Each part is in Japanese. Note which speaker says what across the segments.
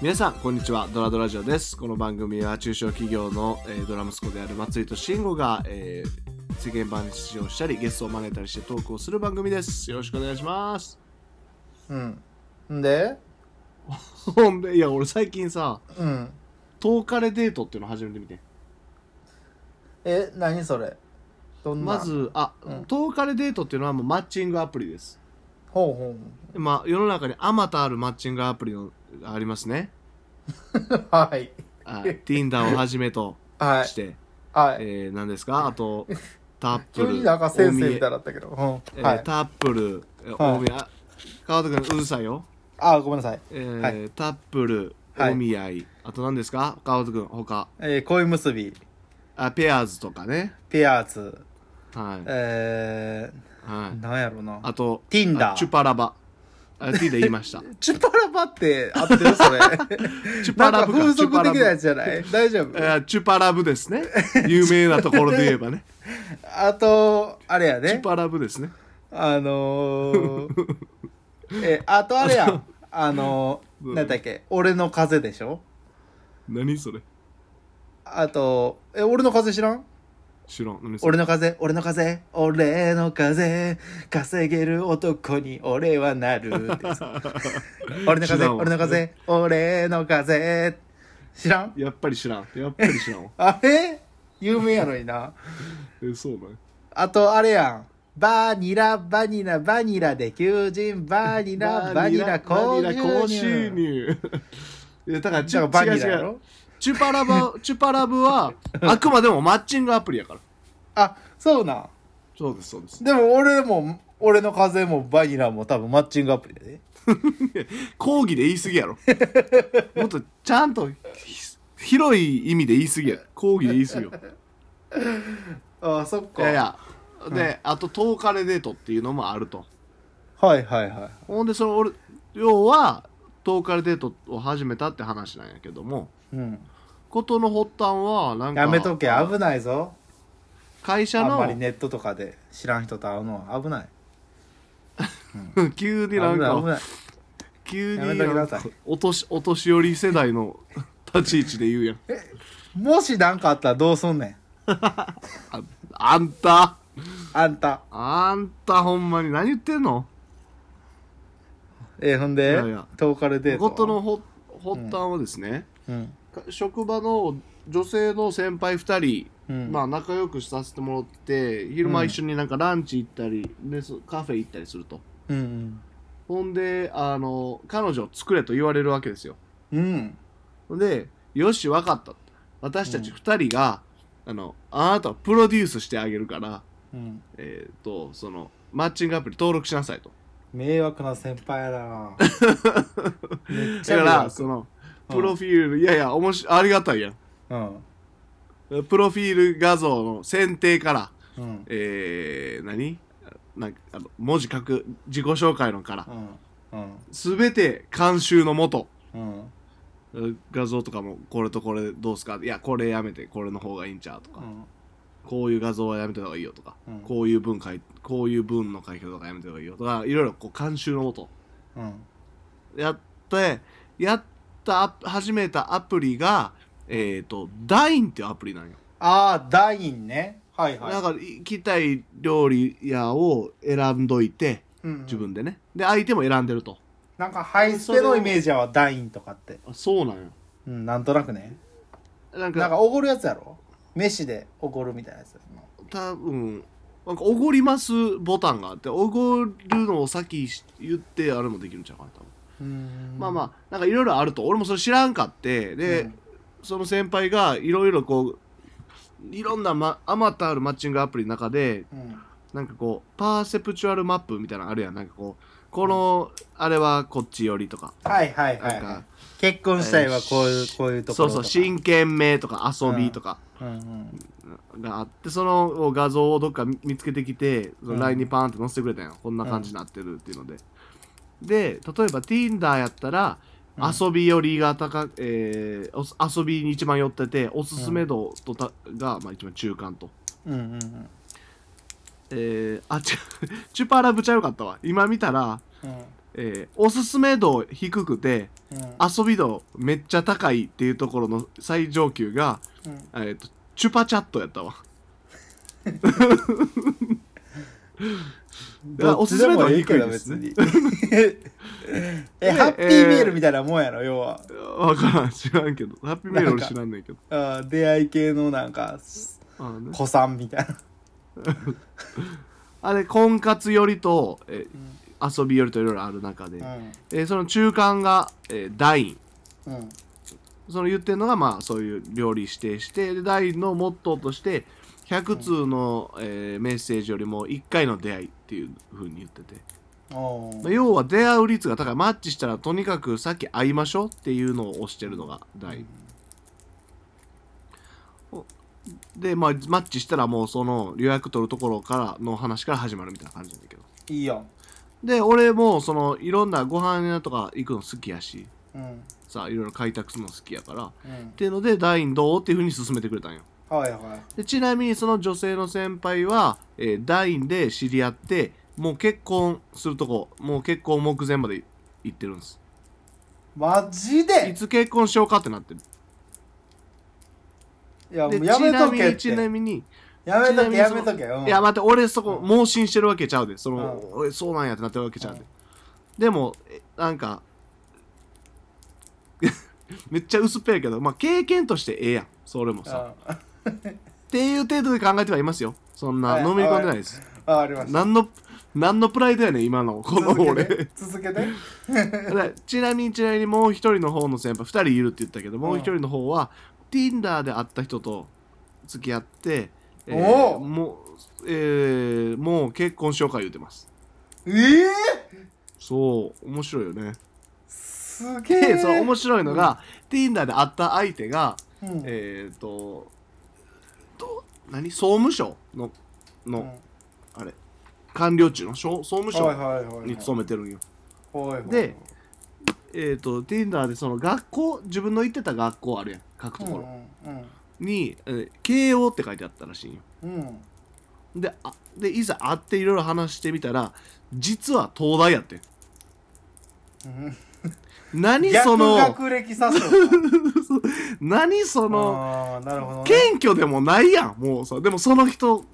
Speaker 1: 皆さんこんにちはドラドラジオですこの番組は中小企業の、えードラ息子である松井と慎吾が、えー世間話をしたりゲストを招いたりしてトークをする番組ですよろしくお願いします
Speaker 2: うん。んで
Speaker 1: ほんでいや俺最近さ
Speaker 2: うん。
Speaker 1: 10日でデートっていうの始めてみて
Speaker 2: え、何それどんな
Speaker 1: ま、ずあ、
Speaker 2: うん
Speaker 1: 10日でデートっていうのはもうマッチングアプリです
Speaker 2: ほうほ
Speaker 1: まあ世の中にあまたあるマッチングアプリのありますね
Speaker 2: う。 はい。
Speaker 1: あ Tinder をはじめと
Speaker 2: はい
Speaker 1: し。て、
Speaker 2: はい。
Speaker 1: えー、何ですかあ とタップ
Speaker 2: 急
Speaker 1: ル
Speaker 2: になんか先生みたい
Speaker 1: 大
Speaker 2: だったけど。う
Speaker 1: 宮
Speaker 2: ん。
Speaker 1: えー
Speaker 2: はい。
Speaker 1: タップル、えー
Speaker 2: はい
Speaker 1: 大宮あ川田君うるさいよ、
Speaker 2: あ、ごめんなさい。
Speaker 1: えー
Speaker 2: はい
Speaker 1: タップル
Speaker 2: はい
Speaker 1: 大宮、あと何ですか川田君他
Speaker 2: えー恋結び、
Speaker 1: あペアーズとかね
Speaker 2: ペアーズ、
Speaker 1: はい、
Speaker 2: え
Speaker 1: は
Speaker 2: ー、
Speaker 1: い、
Speaker 2: なんやろな。
Speaker 1: あと
Speaker 2: Tinder
Speaker 1: あチュパラバあ Tinder 言いま した
Speaker 2: チュパラバって合ってるそれ。
Speaker 1: チュ
Speaker 2: な
Speaker 1: パ
Speaker 2: ん
Speaker 1: ラ
Speaker 2: か
Speaker 1: ブか
Speaker 2: 風俗的な
Speaker 1: チ
Speaker 2: や
Speaker 1: ュ
Speaker 2: つじゃない大丈
Speaker 1: パ
Speaker 2: 夫
Speaker 1: ラブえーチュパラブです ね有名なところで言えばね
Speaker 2: あと、あれや
Speaker 1: チュ
Speaker 2: ね。
Speaker 1: パラブですね
Speaker 2: あのー、え、あとあれやん。あのー、なんだっけ、俺の風でしょ
Speaker 1: 何それ
Speaker 2: あと、え、俺の風知らん
Speaker 1: 知らん何それ
Speaker 2: 俺の風、俺の風、俺の風、稼げる男に俺はな るってやつ。俺の
Speaker 1: 知ら
Speaker 2: 風、
Speaker 1: んわ
Speaker 2: 俺の風、俺の風。知らん
Speaker 1: やっぱり知らんやっぱり知らんわ
Speaker 2: あれ有名やのにな。
Speaker 1: えそうなん
Speaker 2: あと、あれやん。バニラ、バニラ、バニラで求人、バニラ、バニラ、高
Speaker 1: バニラ高収
Speaker 2: 収入。
Speaker 1: 入いやだからチ
Speaker 2: だからバニ
Speaker 1: ュ
Speaker 2: ラ
Speaker 1: 違う
Speaker 2: や
Speaker 1: 違う
Speaker 2: ろ
Speaker 1: チュパラ ブチュパラブはあくまでもマッチングアプリやから
Speaker 2: あ、そうなん。
Speaker 1: そうですそうです
Speaker 2: でも俺も、俺の風もバニラも多分マッチングアプリでね。
Speaker 1: 講義で言い過ぎ やろもっとちゃんとひ広い意味で言い過ぎや講義で言い過 ぎよ
Speaker 2: ああ、そっ
Speaker 1: い
Speaker 2: か。
Speaker 1: やいやで、あと10日でデートっていうのもあると
Speaker 2: はいはいはい。
Speaker 1: ほんでその俺要は10日でデートを始めたって話なんやけども
Speaker 2: うん、
Speaker 1: ことの発端はなんか
Speaker 2: やめとけ危ないぞ
Speaker 1: 会社
Speaker 2: あん
Speaker 1: の
Speaker 2: まりネットとかで知らん人と会うのは危ない
Speaker 1: 急に
Speaker 2: 危
Speaker 1: なん
Speaker 2: な
Speaker 1: か
Speaker 2: い危ない
Speaker 1: 急
Speaker 2: やめ
Speaker 1: に
Speaker 2: ときなさい
Speaker 1: お年お年寄り世代の立ち位置で言うやん
Speaker 2: もし何かあったらどうすんねん
Speaker 1: ああんた
Speaker 2: あんた
Speaker 1: あんたほんまに何言ってんの
Speaker 2: えーほんで
Speaker 1: いやいや
Speaker 2: 10日でデート
Speaker 1: 事のほ発端はですね、
Speaker 2: うん
Speaker 1: か職場の女性の先輩2人、
Speaker 2: うん
Speaker 1: まあ仲良くさせてもらって昼間
Speaker 2: うん
Speaker 1: 一緒になんかランチ行ったり、でそカフェ行ったりすると
Speaker 2: うん
Speaker 1: ほんであの彼女を作れと言われるわけですよ
Speaker 2: うんうん
Speaker 1: ほんでよし分かった私たち2人が、あのあなたをプロデュースしてあげるから
Speaker 2: うん
Speaker 1: えー、とそのマッチングアプリ登録しなさいと
Speaker 2: 迷惑な先輩や なめっち
Speaker 1: だ
Speaker 2: ゃ
Speaker 1: か
Speaker 2: 迷
Speaker 1: ら
Speaker 2: 惑
Speaker 1: その
Speaker 2: うん
Speaker 1: プロフィール、いやいやおもしありがたいやん
Speaker 2: うん
Speaker 1: プロフィール画像の選定から
Speaker 2: うん
Speaker 1: えー、何なんかあの文字書く自己紹介のから
Speaker 2: うんうん
Speaker 1: 全て監修のもと
Speaker 2: うん
Speaker 1: うん画像とかもこれとこれどうすかいやこれやめてこれの方がいいんちゃうとか、
Speaker 2: うん
Speaker 1: こういう画像はやめた方がいいよとか、
Speaker 2: うん
Speaker 1: こういう文書いこういう文の書き方とかやめた方がいいよとかいろいろこう監修のもと
Speaker 2: うん
Speaker 1: やってやったア始めたアプリがえっ、とダインっていうアプリなんよ、
Speaker 2: ああダインねはいはい
Speaker 1: なんか行きたい料理屋を選んどいて
Speaker 2: うんうん
Speaker 1: 自分でね、で相手も選んでると
Speaker 2: なんかハイスペのイメージはダインとかって
Speaker 1: あそうなんよ
Speaker 2: うんなんとなくね
Speaker 1: なんか
Speaker 2: なんかおごるやつやろ飯でおごるみたいなやつ
Speaker 1: 多分なんかおごりますボタンがあっておごるのを先し言ってあれもできるんちゃうかな多分、
Speaker 2: うん
Speaker 1: まあまあなんかいろいろあると俺もそれ知らんかってで、
Speaker 2: うん
Speaker 1: その先輩がいろいろこういろんなまあまたあるマッチングアプリの中で
Speaker 2: あうん
Speaker 1: なんかこうパーセプチュアルマップみたいなのあるやんなんかこうこのあれはこっち寄りとか
Speaker 2: はいはい
Speaker 1: な
Speaker 2: は
Speaker 1: ん
Speaker 2: い
Speaker 1: か
Speaker 2: 結婚したいはこういうこういうとこ
Speaker 1: そ
Speaker 2: ろ
Speaker 1: う
Speaker 2: と
Speaker 1: そう
Speaker 2: か
Speaker 1: 真剣名とか遊びとか
Speaker 2: うんうん
Speaker 1: があってその画像をどっか見つけてきてその
Speaker 2: うん
Speaker 1: LINE にパーンって載せてくれたんよこんな感じになってるっていうのでで例えば Tinder やったら
Speaker 2: うん
Speaker 1: 遊び寄りが高く、えーおす遊びに一番寄ってておすすめ度とたが、まあ、一番中間と
Speaker 2: うんうんうん
Speaker 1: えー、あちチュパラブちゃよかったわ今見たら
Speaker 2: うん
Speaker 1: えーおすすめ度低くて
Speaker 2: うん
Speaker 1: 遊び度めっちゃ高いっていうところの最上級が、
Speaker 2: うん
Speaker 1: えー、とチュパチャットやったわ
Speaker 2: どっちでもいいから別に。 え、ハッピーメールみたいなもんやろ、要は。
Speaker 1: わからん知らんけどハッピーメール俺知らんねんけど
Speaker 2: あー出会い系のなん
Speaker 1: あ
Speaker 2: か、
Speaker 1: ーね
Speaker 2: 子さんみたいな。
Speaker 1: あれ婚活寄りと、えー遊び寄りといろいろある中で、えーその中間が、えーダイン
Speaker 2: うん。うん。
Speaker 1: その言ってるのがまあそういう料理指定してで第のモットーとして100通の、えーメッセージよりも1回の出会いっていう風に言ってて、
Speaker 2: おー
Speaker 1: まあ要は出会う率が高いマッチしたらとにかくさっき会いましょうっていうのを推してるのが第で、まあ、マッチしたらもうその予約取るところからの話から始まるみたいな感じなんだけど
Speaker 2: いいよ。
Speaker 1: で俺もそのいろんなご飯屋とか行くの好きやし
Speaker 2: うん。
Speaker 1: さいろいろ開拓するの好きやからっ
Speaker 2: うん。
Speaker 1: ていうのでダインどうっていう風に勧めてくれたんよ
Speaker 2: はいは
Speaker 1: でちなみにその女性の先輩は、えーダインで知り合ってもう結婚するとこもう結婚目前まで行ってるんです
Speaker 2: い。マジ
Speaker 1: い
Speaker 2: で
Speaker 1: つ結婚しようかってなってる
Speaker 2: いや、も
Speaker 1: で
Speaker 2: うやめとけっ
Speaker 1: ちな
Speaker 2: て。
Speaker 1: みに
Speaker 2: やめと
Speaker 1: ち
Speaker 2: け、
Speaker 1: な
Speaker 2: や
Speaker 1: みに
Speaker 2: めとけ。うん
Speaker 1: いや待って俺そこ
Speaker 2: うん
Speaker 1: 盲信してるわけちゃうでその、
Speaker 2: う
Speaker 1: 俺そうなんやってなってるわけちゃうで、
Speaker 2: うん
Speaker 1: でもえなんか めっちゃ薄っぺらいけど、まあ、経験としてええやんそれもさ、っ
Speaker 2: うん
Speaker 1: ていう程度で考えてはいますよそんな
Speaker 2: はい
Speaker 1: 飲み込んでないです、
Speaker 2: あ、ありました。
Speaker 1: 何の何のプライドやねん今のこの
Speaker 2: 続
Speaker 1: 俺
Speaker 2: けて。続けて。
Speaker 1: でちなみにちなみにもう一人の方の先輩2人いるって言ったけどもう一人の方は、Tinder で会った人と付き合って、えー
Speaker 2: おう
Speaker 1: もうえーもう結婚しようか言うてます
Speaker 2: ええ
Speaker 1: そう面白いよね、
Speaker 2: すげ
Speaker 1: で
Speaker 2: え。
Speaker 1: そう面白いのが、Tinder で会った相手が
Speaker 2: うん
Speaker 1: えっ、とと何総務省のの、
Speaker 2: うん
Speaker 1: あれ官僚中の省総務省
Speaker 2: はいはいはいはい
Speaker 1: に勤めてるんよ
Speaker 2: はいはい
Speaker 1: でえっ、ー、と Tinder でその学校自分の行ってた学校あるやん書くところ、
Speaker 2: うん
Speaker 1: に、えー慶応って書いてあったらしいんよ
Speaker 2: うんうん
Speaker 1: であでいざ会っていろいろ話してみたら実は東大やってん
Speaker 2: うん
Speaker 1: 何そ
Speaker 2: 逆
Speaker 1: の
Speaker 2: 学歴さすのか
Speaker 1: 何その
Speaker 2: あーなるほどね
Speaker 1: 謙虚でもないやんもうさでもその人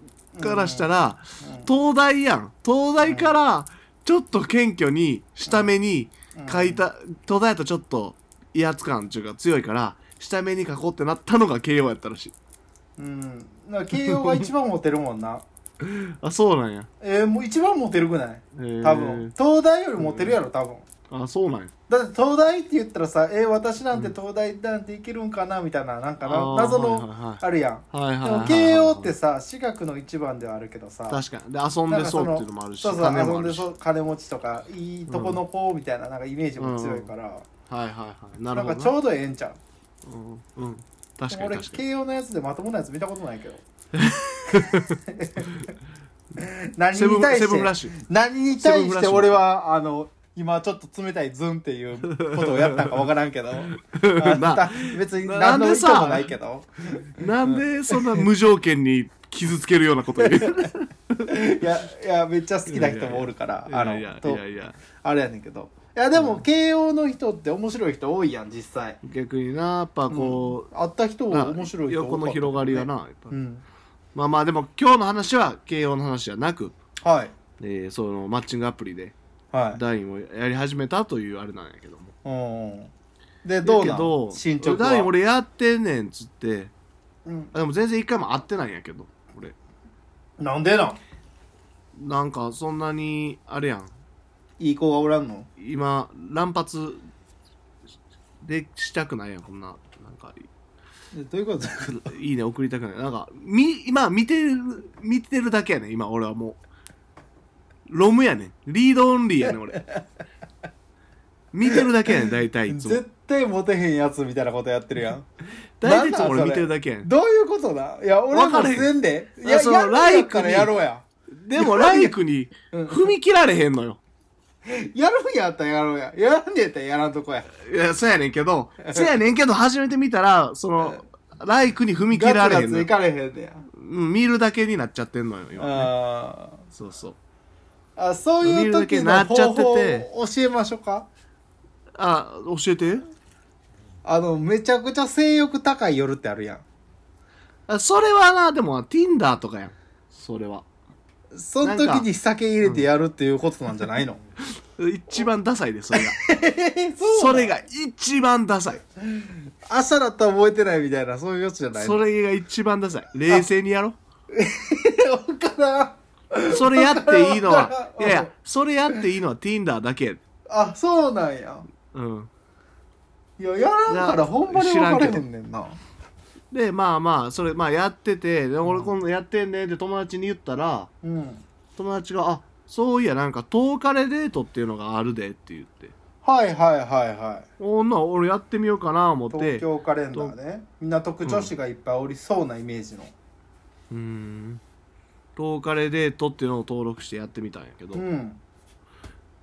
Speaker 1: からしたら、
Speaker 2: うん
Speaker 1: 東大やん東大からちょっと謙虚に下目に
Speaker 2: うん
Speaker 1: 書いた、東大やとちょっと威圧感っていうか強いから下目に書こうってなったのが慶応やったらしい
Speaker 2: うんなんか慶応が一番モテるもんな
Speaker 1: あそうなんや
Speaker 2: えーもう一番モテるくない
Speaker 1: へー
Speaker 2: 多分東大よりモテるやろ多分
Speaker 1: あそうなんや
Speaker 2: だって東大って言ったらさえー私なんて東大なんていけるんかなみたいななんか
Speaker 1: あー
Speaker 2: な謎の
Speaker 1: は
Speaker 2: あるやん
Speaker 1: いはいはいはいは
Speaker 2: で
Speaker 1: いはいは
Speaker 2: も
Speaker 1: い
Speaker 2: 慶応ってさ私学の一番ではあるけどさ
Speaker 1: 確かにで遊んでそうっていうのもあるし
Speaker 2: そうそう
Speaker 1: 金も
Speaker 2: 遊
Speaker 1: あ
Speaker 2: ん
Speaker 1: る
Speaker 2: で
Speaker 1: し
Speaker 2: そう金持ちとかいいとこの子みたいななんかイメージも強いから、
Speaker 1: はいはいはいな
Speaker 2: な
Speaker 1: る
Speaker 2: ん
Speaker 1: ほど
Speaker 2: か
Speaker 1: な
Speaker 2: ちょうどええんちゃう
Speaker 1: うん、うん、確
Speaker 2: でも
Speaker 1: かに
Speaker 2: 俺
Speaker 1: 確かに
Speaker 2: 慶応のやつでまともなやつ見たことないけど何
Speaker 1: セブ
Speaker 2: に
Speaker 1: ン
Speaker 2: 対
Speaker 1: セブンフラ
Speaker 2: し
Speaker 1: ッ
Speaker 2: て
Speaker 1: シュ
Speaker 2: 何に
Speaker 1: セブ
Speaker 2: 対
Speaker 1: ンフラ
Speaker 2: し
Speaker 1: ッシ
Speaker 2: て
Speaker 1: ュ
Speaker 2: 俺はあの今ちょっと冷たいズンっていうことをやったんか分からんけどあんた別に何の意図もないけど
Speaker 1: なんでそんな無条件に傷つけるようなこと言う
Speaker 2: いやいやめっちゃ好きな人もおるから
Speaker 1: い
Speaker 2: あの
Speaker 1: やいやい
Speaker 2: と
Speaker 1: やいや
Speaker 2: あれやねんけどいやでも慶応の人って面白い人多いやん実際
Speaker 1: 逆になやっぱこう、
Speaker 2: 会った人
Speaker 1: な
Speaker 2: も面白い人
Speaker 1: 横の広がりがな、やっぱ
Speaker 2: うん
Speaker 1: まあまあでも今日の話は慶応の話じゃなく、
Speaker 2: はい
Speaker 1: えーそのマッチングアプリで
Speaker 2: はい
Speaker 1: ダインをやり始めたというあれなんやけども
Speaker 2: うんでどう
Speaker 1: だ
Speaker 2: な
Speaker 1: けど
Speaker 2: の進捗は
Speaker 1: ダイン俺やってんねんっつって
Speaker 2: うん
Speaker 1: あでも全然一回も会ってないんやけど俺
Speaker 2: なんでなん
Speaker 1: なんかそんなにあれやん
Speaker 2: いい子がおらんの
Speaker 1: 今乱発でしたくないやんこんななん か
Speaker 2: え どういうこと
Speaker 1: いいね送りたくないなんかみ今見てる見てるだけやねん今俺はもうロムやねんリードオンリーやねん 俺見てるだけやねん大体いつも
Speaker 2: 絶対モテへんやつみたいなことやってる やん
Speaker 1: 大体いつも
Speaker 2: なんなんそれ
Speaker 1: 俺見てるだけやねん
Speaker 2: どういうことだいや俺
Speaker 1: わか
Speaker 2: も
Speaker 1: れへん
Speaker 2: せんでい
Speaker 1: あ
Speaker 2: や
Speaker 1: その
Speaker 2: やるんやった
Speaker 1: ライク
Speaker 2: ら
Speaker 1: に
Speaker 2: やろうや
Speaker 1: でもライクに
Speaker 2: うん
Speaker 1: 踏み切られへんのよ
Speaker 2: やるんやったらやろうややらんでやったらやらんと こや
Speaker 1: いやそうやねんけどそうやねんけど初めて見たらそのライクに踏み切ら
Speaker 2: ガ
Speaker 1: れへん
Speaker 2: ツガツ
Speaker 1: のよ
Speaker 2: いかれへんでや
Speaker 1: うん見るだけになっちゃってんのよ今
Speaker 2: あ
Speaker 1: そうそう
Speaker 2: あそういう時の方法を教えましょうか
Speaker 1: あ教えて
Speaker 2: あのめちゃくちゃ性欲高い夜ってあるやん
Speaker 1: あそれはなでも Tinder とかやんそれは
Speaker 2: その時に酒入れてやるっていうことなんじゃないの、
Speaker 1: 一番ダサいでそれ が
Speaker 2: え
Speaker 1: それが一番ダサい
Speaker 2: 朝だったら覚えてないみたいなそういうやつじゃない
Speaker 1: そ
Speaker 2: の
Speaker 1: れが一番ダサい冷静にやろ
Speaker 2: 分からん
Speaker 1: それやっていいの は
Speaker 2: う
Speaker 1: い
Speaker 2: ん
Speaker 1: やいやそれやっていいのは Tinder だけ
Speaker 2: あそうなんや
Speaker 1: うん
Speaker 2: いややらんからほんまに分からへんねんな
Speaker 1: でまあまあそれまあやっててで俺今度やってんねんって友達に言ったら
Speaker 2: うん
Speaker 1: 友達が「あそういやなんか10日でデートっていうのがあるで」って言って
Speaker 2: はいはいはいはい
Speaker 1: 「おんな俺やってみようかな」思って
Speaker 2: 東京カレンダーね港区女子がいっぱいおりそうなイメージの
Speaker 1: うーん10日でデートっていうのを登録してやってみたんやけど、
Speaker 2: うん、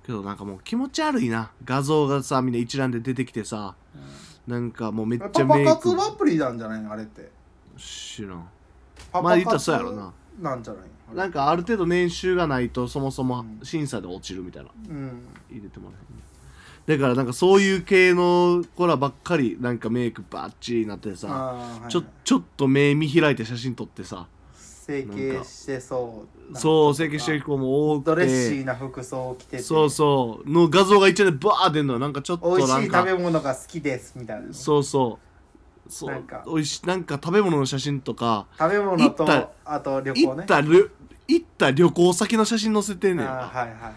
Speaker 1: けどなんかもう気持ち悪いな画像がさみんな一覧で出てきてさなんかもうめっ
Speaker 2: パ
Speaker 1: ちゃ
Speaker 2: パ
Speaker 1: メイ
Speaker 2: 活
Speaker 1: ク
Speaker 2: アプリなんじゃないのあれって
Speaker 1: 知らん
Speaker 2: パパ
Speaker 1: まあ言ったらそうやろな
Speaker 2: 活なんじゃないの
Speaker 1: なんかある程度年収がないとそもそも
Speaker 2: うん
Speaker 1: 審査で落ちるみたいな
Speaker 2: うん
Speaker 1: 入れてもらえへんだからなんかそういう系の子らばっかりなんかメイクバッチリになってさ、
Speaker 2: あーはい
Speaker 1: ちょちょっと目見開いて写真撮ってさ
Speaker 2: 整形してそうな
Speaker 1: そう整形してる子も多くて
Speaker 2: ドレッシーな服装を着てて
Speaker 1: そうそうの画像が一覧でバー出んのよなんかちょっと
Speaker 2: 美味し
Speaker 1: ないん
Speaker 2: 食
Speaker 1: か
Speaker 2: べ物が好きですみたいな食
Speaker 1: そうそうそう
Speaker 2: なんか
Speaker 1: おいしなんか食べ物の写真とか
Speaker 2: べ物
Speaker 1: 行った
Speaker 2: とあと旅行
Speaker 1: 行
Speaker 2: ね
Speaker 1: った旅行った旅行先の写真載せてんねん
Speaker 2: あーはいは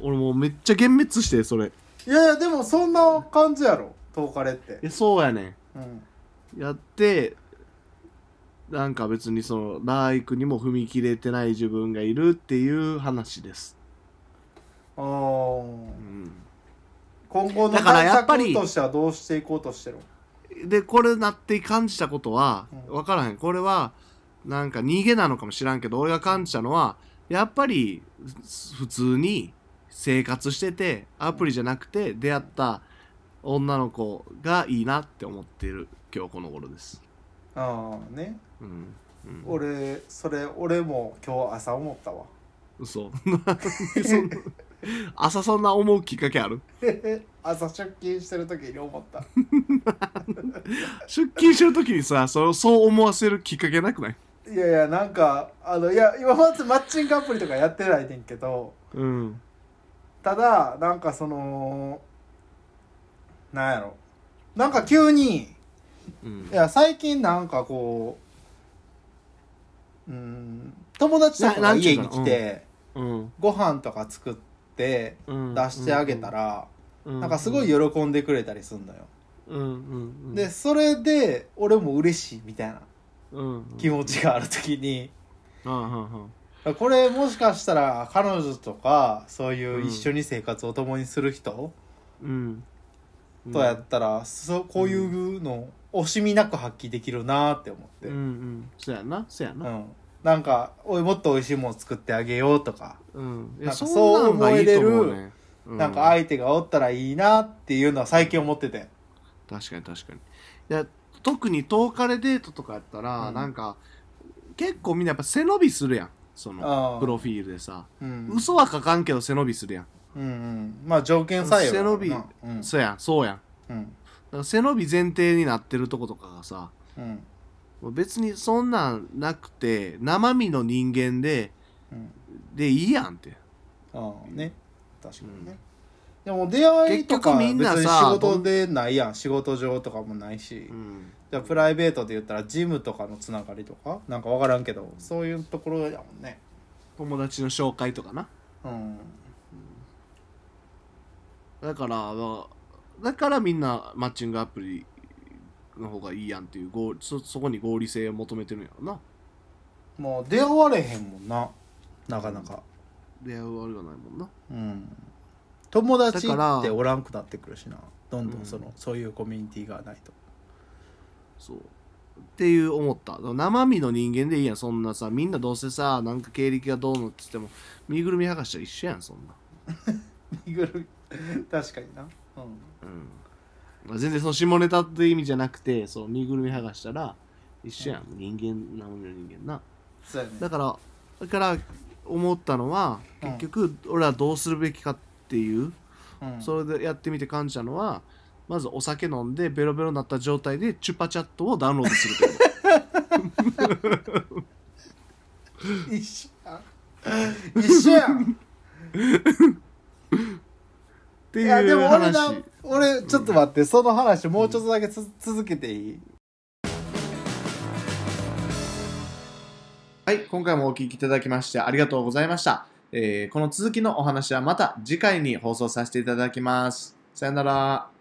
Speaker 1: 俺もうめっちゃ幻滅してそれ
Speaker 2: いいやいやでもそんな感じやろ東カレって
Speaker 1: えそうやね
Speaker 2: うん
Speaker 1: んやってなんか別にそのライクにも踏み切れてない自分がいるっていう話です、
Speaker 2: おー
Speaker 1: うん
Speaker 2: 今後の
Speaker 1: だから
Speaker 2: 対
Speaker 1: やっぱり
Speaker 2: 策としてはどうしていこうとしてる
Speaker 1: でこれなって感じたことは
Speaker 2: うん
Speaker 1: 分からへんこれはなんか逃げなのかもしらんけど俺が感じたのはやっぱりふ普通に生活しててアプリじゃなくて出会った女の子がいいなって思ってる今日この頃です、
Speaker 2: ああね
Speaker 1: うんうん、
Speaker 2: 俺それ俺も今日朝思ったわ
Speaker 1: 嘘 なんでそんな朝そんな思うきっかけある
Speaker 2: 朝出勤してる時に思った
Speaker 1: 出勤してる時にさそそう思わせるきっかけなくない
Speaker 2: いやいやなんかあのいや今まずマッチングアプリとかやってないねんけど
Speaker 1: うん
Speaker 2: ただなんかそのなんやろなんか急に
Speaker 1: うん
Speaker 2: いや最近なんかこううん友達とか
Speaker 1: な
Speaker 2: が
Speaker 1: なんちゅう
Speaker 2: 家
Speaker 1: かな
Speaker 2: に来て、
Speaker 1: うん
Speaker 2: ご飯とか作って
Speaker 1: うん
Speaker 2: 出してあげたら、
Speaker 1: うん
Speaker 2: なんかすごい喜んでくれたりすんのよ、
Speaker 1: うんうんうん
Speaker 2: でそれで俺も嬉しいみたいな
Speaker 1: うん
Speaker 2: 気持ちがある時に、
Speaker 1: うんうんうん
Speaker 2: これもしかしたら彼女とかそうい
Speaker 1: う
Speaker 2: う
Speaker 1: ん
Speaker 2: 一緒に生活を共にする人
Speaker 1: うんうん
Speaker 2: とやったら、そうこういうの惜しみなく発揮できるなって思って、
Speaker 1: う
Speaker 2: うん
Speaker 1: うんんそやなそやな
Speaker 2: なんかおいもっと美味しいもの作ってあげようとか、
Speaker 1: うんいや
Speaker 2: なんか
Speaker 1: そんなんがいいと思うねう
Speaker 2: なんか相手がおったらいいなっていうのは最近思ってて、
Speaker 1: 確かに確かにいや特に10日でデートとかやったら、
Speaker 2: うん
Speaker 1: なんか結構みんなやっぱ背伸びするやんそ
Speaker 2: あ
Speaker 1: の
Speaker 2: ー
Speaker 1: プロフィールでさ、
Speaker 2: うん、
Speaker 1: 嘘は書かんけど背伸びするやん、
Speaker 2: うんうんまあ条件さえよ
Speaker 1: 背伸び
Speaker 2: うんうん
Speaker 1: そうやんそうやんだ
Speaker 2: うん
Speaker 1: から背伸び前提になってるとことかがさ
Speaker 2: うん
Speaker 1: もう別にそんなんなくて生身の人間で
Speaker 2: うん
Speaker 1: でいいやんって
Speaker 2: ああね確かにね、
Speaker 1: うん
Speaker 2: でも出会いとか
Speaker 1: 結局み
Speaker 2: 別
Speaker 1: んなさ
Speaker 2: に仕事でないやん仕事上とかもないし、
Speaker 1: うん
Speaker 2: じゃあプライベートで言ったらジムとかのつながりとかなんか分からんけどそういうところやもんね
Speaker 1: 友達の紹介とかな
Speaker 2: うん
Speaker 1: だからまあだからみんなマッチングアプリの方がいいやんっていう合そそこに合理性を求めてるんやろな
Speaker 2: もう出会われへんもんななかなか
Speaker 1: 出会うあれがないもんな
Speaker 2: うん友達
Speaker 1: だから
Speaker 2: っておらんくなってくるしなどんどんその、
Speaker 1: うん
Speaker 2: そういうコミュニティがないと
Speaker 1: そうっていう思った生身の人間でいいやんそんなさみんなどうせさなんか経歴がどうのっつっても身ぐるみ剥がしたら一緒やんそんな、
Speaker 2: 身ぐるみ確かになうん
Speaker 1: うんまあ、全然その下ネタって意味じゃなくてその身ぐるみ剥がしたら一緒やん、人間生身の人間な
Speaker 2: そうやね
Speaker 1: だからだから思ったのは
Speaker 2: うん
Speaker 1: 結局俺はどうするべきかっていう、
Speaker 2: うん
Speaker 1: それでやってみて感じたのはまずお酒飲んでベロベロになった状態でチュパチャットをダウンロードすると いう
Speaker 2: 一緒やん一緒 やん
Speaker 1: って
Speaker 2: い
Speaker 1: いう
Speaker 2: や
Speaker 1: 話
Speaker 2: でも俺な俺ちょっと待ってその話もうちょっとだけつ、続けていい
Speaker 1: はい、今回もお聞きいただきましてありがとうございました。えーこの続きのお話はまた次回に放送させていただきます。さよなら。